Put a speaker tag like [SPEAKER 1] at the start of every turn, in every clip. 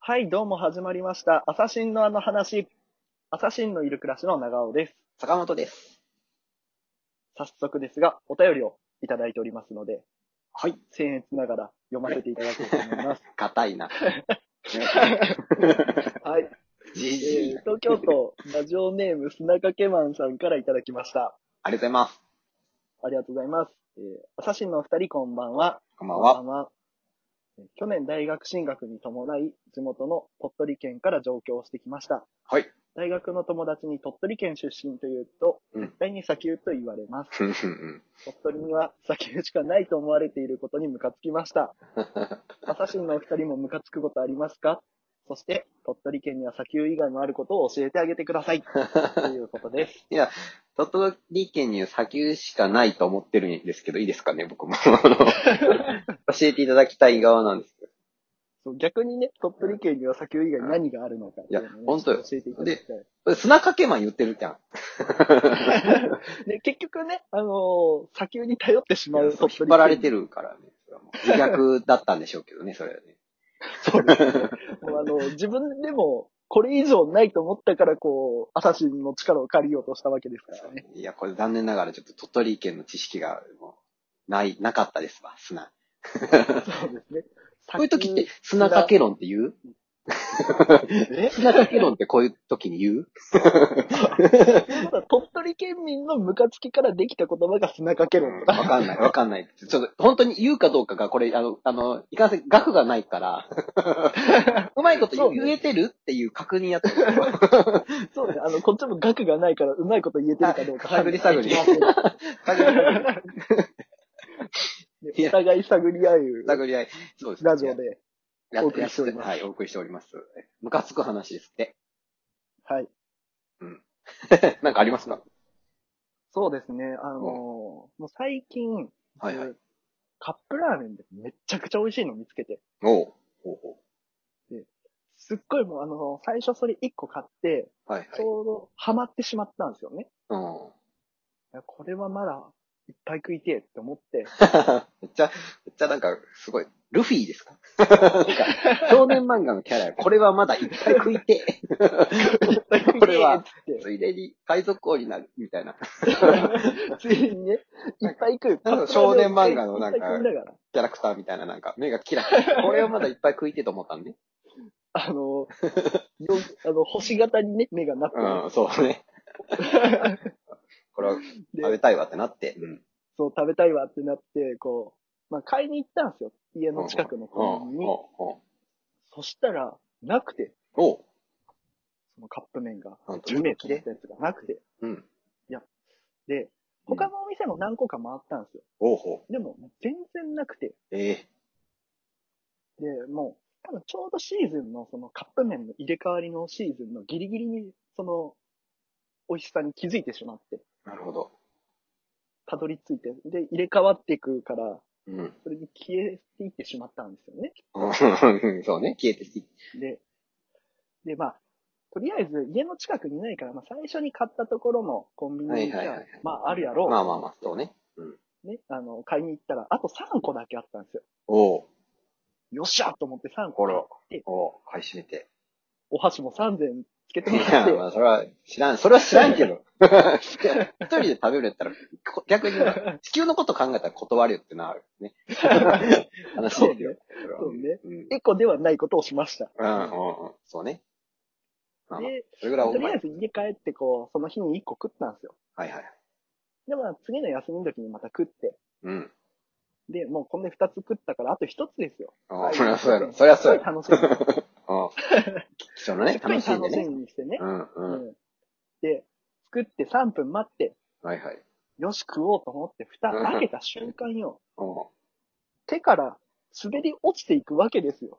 [SPEAKER 1] はい、どうも始まりました。朝ンのあの話。朝ンのいる暮らしの長尾です。
[SPEAKER 2] 坂本です。
[SPEAKER 1] 早速ですが、お便りをいただいておりますので、
[SPEAKER 2] はい。
[SPEAKER 1] 僭越ながら読ませていただこうと思い ます。
[SPEAKER 2] 硬 いな。
[SPEAKER 1] はい、え
[SPEAKER 2] じ
[SPEAKER 1] ー
[SPEAKER 2] じい。
[SPEAKER 1] 東京都ラジオネーム砂掛けマンさんからいただきました。
[SPEAKER 2] ありがとうございます。
[SPEAKER 1] ありがとうございます。えー、朝ンのお二人こんばんは。
[SPEAKER 2] こんばん
[SPEAKER 1] こ
[SPEAKER 2] は
[SPEAKER 1] ん。ばんは去年大学進学に伴い、地元の鳥取県から上京してきました。
[SPEAKER 2] はい。
[SPEAKER 1] 大学の友達に鳥取県出身というと、
[SPEAKER 2] うん
[SPEAKER 1] 絶対に砂丘と言われます。
[SPEAKER 2] ふんふんふん
[SPEAKER 1] 鳥取には砂丘しかないと思われていることにムカつきました。朝日のお二人もムカつくことありますかそして、鳥取県には砂丘以外もあることを教えてあげてください。ということです。
[SPEAKER 2] いや、鳥取県には砂丘しかないと思ってるんですけど、いいですかね、 僕も。あの教えていただきたい側なんですけ
[SPEAKER 1] そう逆にね、鳥取県には砂丘以外何があるのかっていうのをね、
[SPEAKER 2] いや本当よ
[SPEAKER 1] 教えていただきたい。
[SPEAKER 2] ど。砂かけマン言ってるじゃん。
[SPEAKER 1] で、結局ね、あのー砂丘に頼ってしまう
[SPEAKER 2] そう
[SPEAKER 1] 鳥取県
[SPEAKER 2] 引っ張られてるからね。それはもう自虐だったんでしょうけどね、それはね。
[SPEAKER 1] そうですね。もうあの、自分でも、これ以上ないと思ったから、こう、アサシンの力を借りようとしたわけですからね。
[SPEAKER 2] いや、これ残念ながらちょっと鳥取県の知識がもうない、なかったですわ、砂。
[SPEAKER 1] そうですね。
[SPEAKER 2] こういう時って砂かけ論って言う
[SPEAKER 1] え
[SPEAKER 2] 砂かけ論ってこういう時に言う
[SPEAKER 1] 砂丘は鳥取県民のムカつきからできた言葉が砂かけ論と
[SPEAKER 2] わ
[SPEAKER 1] か。
[SPEAKER 2] かんない、わかんない。ちょっと、本当に言うかどうかが、これ、あの、あの、いかんせん、額がないから、うまいこと言う
[SPEAKER 1] そうね
[SPEAKER 2] 言えてるっていう確認やってる。
[SPEAKER 1] そうね。あの、こっちも額がないから、うまいこと言えてるかどうか。
[SPEAKER 2] 探り探り
[SPEAKER 1] 判断できません
[SPEAKER 2] い
[SPEAKER 1] で
[SPEAKER 2] や
[SPEAKER 1] お互い探り合う
[SPEAKER 2] 探り合い。そうですね
[SPEAKER 1] ラジオで。
[SPEAKER 2] や
[SPEAKER 1] お
[SPEAKER 2] っ
[SPEAKER 1] 送りしております
[SPEAKER 2] はい、お送りしております。ムカつく話ですって。
[SPEAKER 1] はい。
[SPEAKER 2] なんかありますか
[SPEAKER 1] そうですね。あのー、
[SPEAKER 2] うん
[SPEAKER 1] もう最近、
[SPEAKER 2] はいはい。
[SPEAKER 1] カップラーメンでめっちゃくちゃ美味しいの見つけて、
[SPEAKER 2] おう。おうおう
[SPEAKER 1] すっごいもうあの、最初それ1個買って、
[SPEAKER 2] はいはい
[SPEAKER 1] ち。ょうどハマってしまったんですよね。
[SPEAKER 2] うん。
[SPEAKER 1] いやこれはまだいっぱい食いてえって思って、
[SPEAKER 2] めっちゃ、めっちゃなんか、すごい、ルフィですか なんか、少年漫画のキャラやこれはまだいっぱい食いて、
[SPEAKER 1] い っぱい食いてえっつって、
[SPEAKER 2] ついでに海賊王になる、みたいな
[SPEAKER 1] ついにね、いっぱい食う。
[SPEAKER 2] なんか少年漫画のなんか
[SPEAKER 1] いっぱい食いながら、
[SPEAKER 2] キャラクターみたいな、なんか、目がキラキ ラ。これはまだいっぱい食いてと思ったんね。
[SPEAKER 1] あの、よあの星型にね、目がなって
[SPEAKER 2] うん、そう ね。これは
[SPEAKER 1] る、
[SPEAKER 2] 食べ
[SPEAKER 1] で、
[SPEAKER 2] たいわってなって。うん。
[SPEAKER 1] そう食べたいわってなって、こう、まあ買いに行ったんですよ。家の近くの
[SPEAKER 2] う
[SPEAKER 1] コンビニ
[SPEAKER 2] ん、
[SPEAKER 1] に。
[SPEAKER 2] おう
[SPEAKER 1] そしたら、なくて、
[SPEAKER 2] おう
[SPEAKER 1] そのカップ麺が、
[SPEAKER 2] なんと
[SPEAKER 1] 10名切れたやつがなくて。
[SPEAKER 2] うん。
[SPEAKER 1] で、他のお店も何個か回ったんですよ。
[SPEAKER 2] おうほう。
[SPEAKER 1] でも、全然なくて。
[SPEAKER 2] ええ
[SPEAKER 1] で、もう、多分ちょうどシーズンの、そのカップ麺の入れ替わりのシーズンのギリギリに、その、美味しさに気づいてしまって、
[SPEAKER 2] なるほど。
[SPEAKER 1] たどり着いて、で、入れ替わっていくから、
[SPEAKER 2] うん。
[SPEAKER 1] それに消えていってしまったんですよね。
[SPEAKER 2] うんそうね、消えてき
[SPEAKER 1] で、で、まあ、とりあえず家の近くにないから、まあ、最初に買ったところのコンビニじゃ、
[SPEAKER 2] はいはいはいはい
[SPEAKER 1] まあ、あるやろう、
[SPEAKER 2] まあまあまあ、そうね。
[SPEAKER 1] ね、あの、買いに行ったら、あと3個だけあったんですよ。
[SPEAKER 2] おう
[SPEAKER 1] よっしゃと思って3個
[SPEAKER 2] これ
[SPEAKER 1] 買っ
[SPEAKER 2] を
[SPEAKER 1] て、
[SPEAKER 2] おう買い占めて。
[SPEAKER 1] お箸も3000円つけて
[SPEAKER 2] い
[SPEAKER 1] もらっ
[SPEAKER 2] や、
[SPEAKER 1] て、
[SPEAKER 2] まあ、それは知らん、それは知らんけ ど。いや一人で食べるんやったら、こ逆 にな、地球のこと考えたら断るよってのはあるね。話ですよ。それは
[SPEAKER 1] そうね。
[SPEAKER 2] うん。うん、
[SPEAKER 1] 1個ではないことをしました。
[SPEAKER 2] うん、うんそうね。まあまあ、
[SPEAKER 1] で、
[SPEAKER 2] それぐらいは
[SPEAKER 1] と
[SPEAKER 2] う
[SPEAKER 1] り
[SPEAKER 2] ま
[SPEAKER 1] あえ
[SPEAKER 2] い。
[SPEAKER 1] ず家帰ってこう、その日に1個食ったんですよ。
[SPEAKER 2] はいはい。
[SPEAKER 1] で、まあ次の休みの時にまた食って、
[SPEAKER 2] うん。
[SPEAKER 1] で、もうこんで2つ食ったから、あと1つですよ。
[SPEAKER 2] あ
[SPEAKER 1] は
[SPEAKER 2] あ、
[SPEAKER 1] い
[SPEAKER 2] そりゃそうやろ。そりゃそうやろ。
[SPEAKER 1] 楽しみに。
[SPEAKER 2] うん。 貴重な
[SPEAKER 1] し
[SPEAKER 2] ね、
[SPEAKER 1] っかり
[SPEAKER 2] 楽しん
[SPEAKER 1] 楽
[SPEAKER 2] で
[SPEAKER 1] し
[SPEAKER 2] ね。
[SPEAKER 1] みにしてね
[SPEAKER 2] う。ん、
[SPEAKER 1] う
[SPEAKER 2] うん。
[SPEAKER 1] んで、作って3分待って、
[SPEAKER 2] はいはい。
[SPEAKER 1] よし食おうと思って、蓋開けた瞬間よ、
[SPEAKER 2] うん。
[SPEAKER 1] 手から滑り落ちていくわけですよ。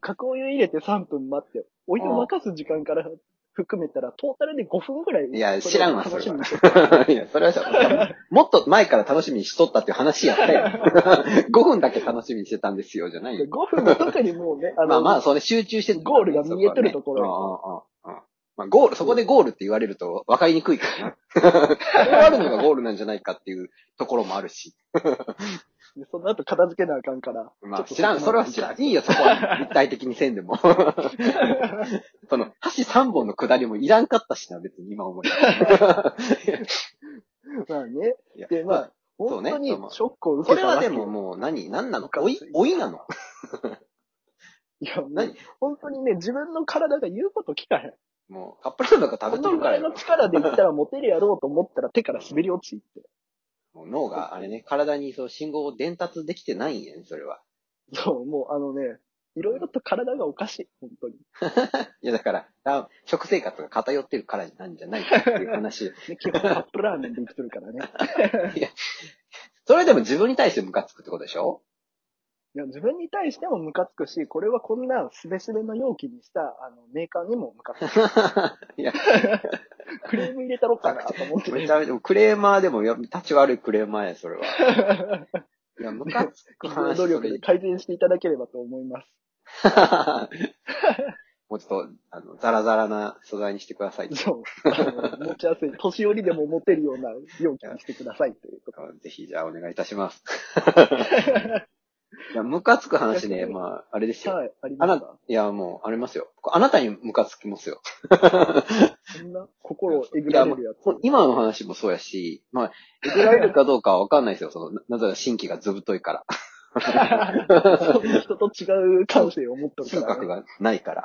[SPEAKER 1] 囲お湯入れて3分待って、お湯を沸かす時間から含めたら、トータルで5分ぐらい。
[SPEAKER 2] いや知らんわ
[SPEAKER 1] 楽しみにして
[SPEAKER 2] いや、それはさ、 もっと前から楽しみにしとったっていう話やったよ。5 分だけ楽しみにしてたんですよ、じゃないよ。
[SPEAKER 1] 5分も特にもうね、あ
[SPEAKER 2] まあ
[SPEAKER 1] の、
[SPEAKER 2] まあ、それ集中して、
[SPEAKER 1] ゴールが見えとるところ
[SPEAKER 2] ろ。うんうんうんうんまあ、ゴール、そこでゴールって言われると分かりにくいからな。これがあるのがゴールなんじゃないかっていうところもあるし。
[SPEAKER 1] でその後片付けなあかんから。
[SPEAKER 2] ま
[SPEAKER 1] ちょ
[SPEAKER 2] あ
[SPEAKER 1] っと
[SPEAKER 2] 知らん、それは知らん。いいよ、そこは立体的にせん でも。その、箸3本の下りもいらんかったしな、別に今思えば
[SPEAKER 1] まあね。
[SPEAKER 2] い や
[SPEAKER 1] で、ま あ、
[SPEAKER 2] そう
[SPEAKER 1] 本
[SPEAKER 2] ね
[SPEAKER 1] 当にショックを受
[SPEAKER 2] こ
[SPEAKER 1] け
[SPEAKER 2] れ
[SPEAKER 1] たわ
[SPEAKER 2] は
[SPEAKER 1] け
[SPEAKER 2] でももう何、何なの
[SPEAKER 1] か
[SPEAKER 2] 老い、老いなの
[SPEAKER 1] いや、もう
[SPEAKER 2] 何
[SPEAKER 1] 本当にね、自分の体が言うこと聞かへん。
[SPEAKER 2] もう、カップラーメンとか
[SPEAKER 1] こ
[SPEAKER 2] 食べと
[SPEAKER 1] の
[SPEAKER 2] る
[SPEAKER 1] ぐ
[SPEAKER 2] から
[SPEAKER 1] らいの
[SPEAKER 2] よ。
[SPEAKER 1] 力でいったらモテるやろうと思ったら手から滑り落ちていって。
[SPEAKER 2] もう脳が、あれね、体にそう信号を伝達できてないんやね、それは。
[SPEAKER 1] そう、もうあのね、いろいろと体がおかしい、本当に。
[SPEAKER 2] いや、だから、あ食生活が偏ってるからなんじゃないかっていう話。
[SPEAKER 1] ね、基本カップラーメンで生きてるからね。
[SPEAKER 2] それでも自分に対してムカつくってことでしょ
[SPEAKER 1] いや自分に対してもムカつくし、これはこんなすべすべの容器にしたあのメーカーにもムカつく。
[SPEAKER 2] いや、
[SPEAKER 1] クレーム入れたろかなと思って
[SPEAKER 2] め
[SPEAKER 1] る
[SPEAKER 2] ち。ゃめちゃ、クレーマーでも、いや立ち悪いクレーマーや、それは。 いや、ムカつく話。
[SPEAKER 1] 努力で改善していただければと思います。
[SPEAKER 2] もうちょっと、あの、ザラザラな素材にしてください。
[SPEAKER 1] そう。あの持ちやすい。年寄りでも持てるような容器にしてくださいということ。
[SPEAKER 2] ぜひ、じゃあお願いいたします。 いや、ムカつく話ね、まあ、あれですよ。
[SPEAKER 1] はい、あり
[SPEAKER 2] あ
[SPEAKER 1] ま
[SPEAKER 2] な
[SPEAKER 1] すか
[SPEAKER 2] いや、もう、ありますよ。あなたにムカつ きますよ。
[SPEAKER 1] そんな心をえぐられるやつ。
[SPEAKER 2] ほん今の話もそうやし、まあ、えぐられるかどうかはわかんないですよ。その、ななぜなら新規がずぶといから。
[SPEAKER 1] そんな人と違う感性を持っとる
[SPEAKER 2] 嗅
[SPEAKER 1] から、
[SPEAKER 2] 覚
[SPEAKER 1] ね。
[SPEAKER 2] がないから。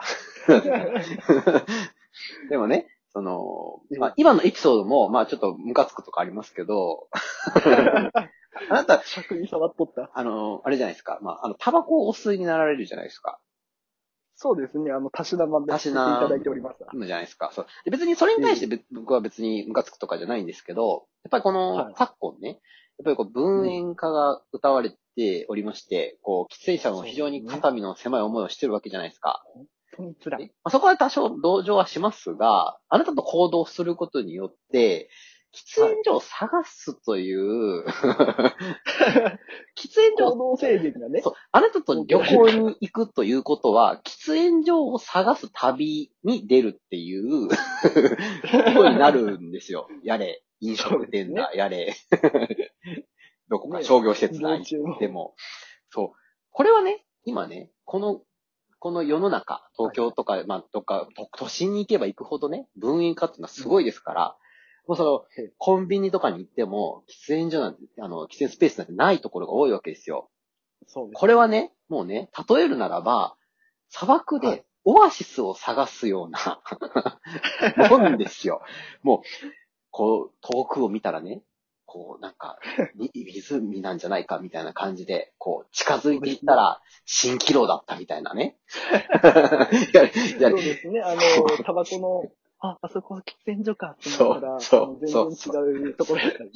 [SPEAKER 2] でもね、その、
[SPEAKER 1] うん
[SPEAKER 2] まあ、今のエピソードも、まあちょっとムカつくとかあります けど、あなた、
[SPEAKER 1] 尺に触っとった。
[SPEAKER 2] あの、あれじゃないですか。まあ、あの、タバコをお吸いになられるじゃないですか。
[SPEAKER 1] そうですね、あの、たしなまでさせていただいております。
[SPEAKER 2] のじゃないですか。そう。で別にそれに対して別僕は別にムカつくとかじゃないんですけど、やっぱりこ
[SPEAKER 1] はい
[SPEAKER 2] の昨今ね、やっぱりこう分煙化が歌われておりまして、こう、喫煙者も非常に肩身の狭い思いをしてるわけじゃないですか。
[SPEAKER 1] 本当に辛
[SPEAKER 2] ね
[SPEAKER 1] い。
[SPEAKER 2] まあ、そこは多少同情はしますが、あなたと行動することによって、喫煙所を探すという、喫煙
[SPEAKER 1] 行
[SPEAKER 2] 所を、
[SPEAKER 1] 動制限がね。
[SPEAKER 2] そう、あなたと旅行に行くということは、喫煙所を探す旅に出るっていう、ことになるんですよ。やれ、飲食店だ、やれ。 どこか商業施設だ、
[SPEAKER 1] ね移動中も
[SPEAKER 2] でも。そう。これはね、今ね、この、この世の中、東京とか、まあ、とか、都都心に行けば行くほどね、分煙化っていうのはすごいですから、もうそ
[SPEAKER 1] へえ
[SPEAKER 2] の、コンビニとかに行っても、喫煙所なんて、あの、喫煙スペースなんてないところが多いわけですよ。
[SPEAKER 1] そうです。
[SPEAKER 2] これはね、もうね、例えるならば、砂漠
[SPEAKER 1] は
[SPEAKER 2] でオアシスを探すような、もんですよ。もう、こう、遠くを見たらね、こう、なんか、み湖なんじゃないかみたいな感じで、こう、近づいていったら、蜃気楼だったみたいなね。いやいや
[SPEAKER 1] そうですね、あ
[SPEAKER 2] そ
[SPEAKER 1] の、タバコの、あ、あそこ喫煙所かって
[SPEAKER 2] そ
[SPEAKER 1] 思
[SPEAKER 2] う
[SPEAKER 1] ったら、
[SPEAKER 2] そう
[SPEAKER 1] あの全
[SPEAKER 2] そう
[SPEAKER 1] 然違うところやったり。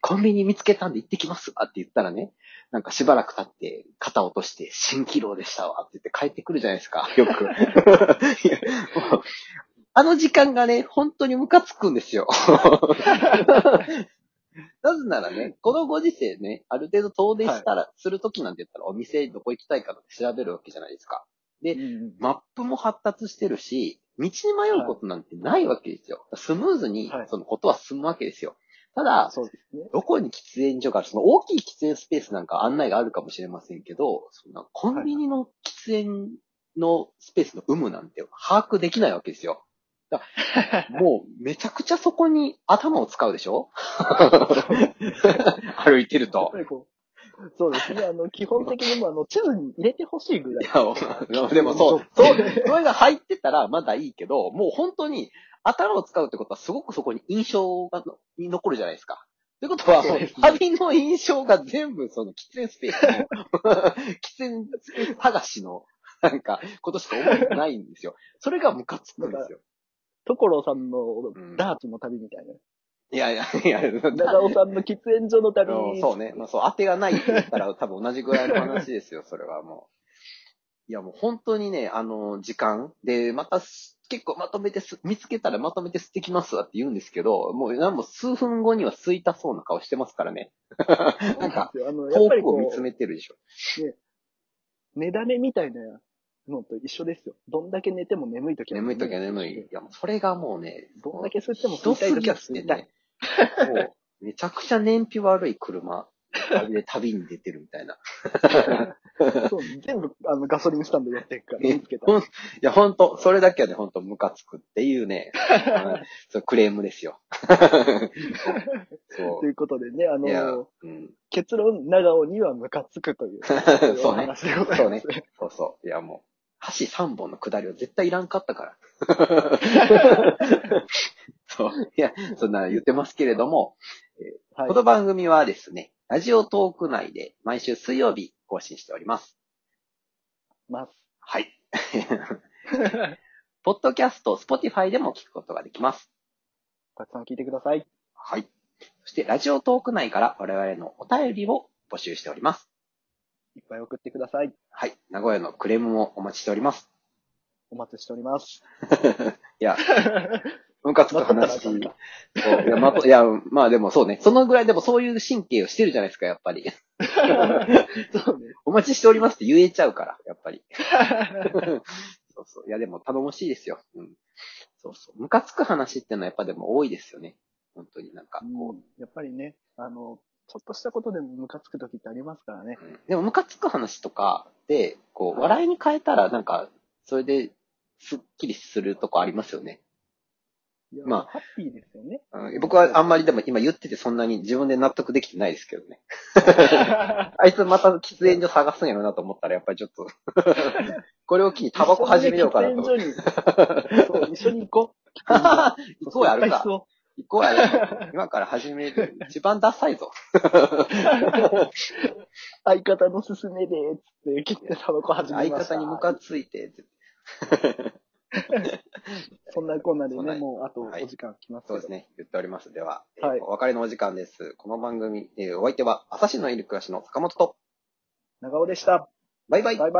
[SPEAKER 2] コンビニ見つけたんで行ってきますわって言ったらね、なんかしばらく経って、肩落として、蜃気楼でしたわって言って帰ってくるじゃないですか、よく。 いやもうあの時間がね、本当にムカつくんですよ。 なぜならね、このご時世ね、ある程度遠出したら、するときなんて言ったら、お店どこ行きたいかとか調べるわけじゃないですか。
[SPEAKER 1] うん
[SPEAKER 2] マップも発達してるし、道に迷うことなんてないわけですよ。スムーズに
[SPEAKER 1] はい、
[SPEAKER 2] そのことは進むわけですよ。た
[SPEAKER 1] う
[SPEAKER 2] だ
[SPEAKER 1] ん、そうですね。
[SPEAKER 2] どこに喫煙所がある、その大きい喫煙スペースなんか案内があるかもしれませんけど、そんなコンビニの喫煙のスペースの有無なんて把握できないわけですよ。だもうめちゃくちゃそこに頭を使うでしょ 歩いてる
[SPEAKER 1] やっ
[SPEAKER 2] と
[SPEAKER 1] ぱ。りこうそうですね、あの、基本的にもうあの、地図に入れてほしいぐら
[SPEAKER 2] い
[SPEAKER 1] い。
[SPEAKER 2] やおで もそう、そう、それが入ってたらまだいいけど、もう本当に頭を使うってことはすごくそこに印象がのに残るじゃないですか。ということは、も
[SPEAKER 1] そう
[SPEAKER 2] う
[SPEAKER 1] ですね
[SPEAKER 2] 旅の印象が全部その喫煙スペースの、 喫煙スペース探しの、なんか、ことしか思ってないんですよ。それがムカつくんですよ。
[SPEAKER 1] 所さん
[SPEAKER 2] ん
[SPEAKER 1] のダーツの旅みたいな。
[SPEAKER 2] いやいやいや、
[SPEAKER 1] 長尾さんの喫煙所の
[SPEAKER 2] あ
[SPEAKER 1] 旅。
[SPEAKER 2] のそうね。まあそう、当てがないって言ったら 多分同じぐらいの話ですよ、それはもう。いやもう本当にね、あの、時間で、またす結構まとめてす、見つけたらまとめて吸ってきますわって言うんですけど、もうなんも数分後には吸いたそうな顔してますからね。なんか、
[SPEAKER 1] あの、やっ
[SPEAKER 2] 遠
[SPEAKER 1] ぱり
[SPEAKER 2] く
[SPEAKER 1] こ
[SPEAKER 2] を見つ
[SPEAKER 1] う、
[SPEAKER 2] めてるでしょ。
[SPEAKER 1] 寝だめみたいなのと一緒ですよ。どんだけ寝ても眠い時は
[SPEAKER 2] 眠い時は眠い。いやもうそれがもうね、
[SPEAKER 1] どんだけ吸っても
[SPEAKER 2] ひど
[SPEAKER 1] 吸い
[SPEAKER 2] す
[SPEAKER 1] たい
[SPEAKER 2] ぎ
[SPEAKER 1] 時
[SPEAKER 2] や
[SPEAKER 1] は
[SPEAKER 2] っ
[SPEAKER 1] 吸
[SPEAKER 2] て
[SPEAKER 1] いたい
[SPEAKER 2] ね。もう、めちゃくちゃ燃費悪い車旅で旅に出てるみたいな。
[SPEAKER 1] そう全部あのガソリンスタンドやってるから、見つけた。
[SPEAKER 2] ほんいや、ほんと、それだけはね、ほんとムカつくってい うね、はいそうクレームですよ。そ
[SPEAKER 1] ということでね、あ
[SPEAKER 2] う。いや、
[SPEAKER 1] の、
[SPEAKER 2] うん、
[SPEAKER 1] 結論、長尾にはムカつくという、
[SPEAKER 2] そう
[SPEAKER 1] お
[SPEAKER 2] ね。
[SPEAKER 1] 話でございます。
[SPEAKER 2] そうそう。いや、もう、箸3本の下りは絶対いらんかったから。 そう。いや、そんな言ってますけれども、
[SPEAKER 1] はい
[SPEAKER 2] この番組はですね、ラジオトーク内で毎週水曜日更新しております。
[SPEAKER 1] ま
[SPEAKER 2] はい。
[SPEAKER 1] す。
[SPEAKER 2] ポッドキャスト、Spotify でも聞くことができます。
[SPEAKER 1] たくさん聞いてください。
[SPEAKER 2] はい。そして、ラジオトーク内から我々のお便りを募集しております。
[SPEAKER 1] いっぱい送ってください。
[SPEAKER 2] はい。名古屋のクレームもお待ちしております。
[SPEAKER 1] お待ちしております。
[SPEAKER 2] いや、ムカつく
[SPEAKER 1] まと
[SPEAKER 2] 話。
[SPEAKER 1] った
[SPEAKER 2] そう
[SPEAKER 1] ら
[SPEAKER 2] いや、まと、いや、まあでもそうね。そのぐらいでもそういう神経をしてるじゃないですか、やっ ぱり。
[SPEAKER 1] そうね。
[SPEAKER 2] お待ちしておりますって言えちゃうから、やっぱり。 そうそう。いや、でも頼もしいですよ。うん。そうそう。ムカつく話ってのはやっぱでも多いですよね。本当になんか。
[SPEAKER 1] もう、やっぱりね、あの、ちょっとしたことでもムカつく時ってありますからね。
[SPEAKER 2] でも、ムカつく話とかで、こう、笑いに変えたら、なんか、それで、すっきりするとこありますよね。
[SPEAKER 1] いや
[SPEAKER 2] まあ
[SPEAKER 1] ハッピーですよね。
[SPEAKER 2] うん僕はあんまりでも今言っててそんなに自分で納得できてないですけどね。
[SPEAKER 1] タ
[SPEAKER 2] あいつまた喫煙所探すんやろなと思ったら、やっぱりちょっ と、これを機に タバコ始めようかなと思って。
[SPEAKER 1] そう、一緒に行こう。
[SPEAKER 2] 行こうやるか。
[SPEAKER 1] そ
[SPEAKER 2] 行こうやる か。今から始める。一番ダサい ぞ。
[SPEAKER 1] う相方の勧めで、つって、切ってタバコ始め
[SPEAKER 2] 相
[SPEAKER 1] ました。
[SPEAKER 2] 方にムカついて。
[SPEAKER 1] そんなこんなで
[SPEAKER 2] そんな
[SPEAKER 1] ね、もう、あと
[SPEAKER 2] はい
[SPEAKER 1] お時間来ますけ
[SPEAKER 2] そう
[SPEAKER 1] ど
[SPEAKER 2] ですね。言っております。では、えー
[SPEAKER 1] はい
[SPEAKER 2] お別れのお時間です。この番組、えーお相手は、朝日のいる暮らしの坂本と、
[SPEAKER 1] 長尾でした。
[SPEAKER 2] バイバイ。
[SPEAKER 1] バイバイ。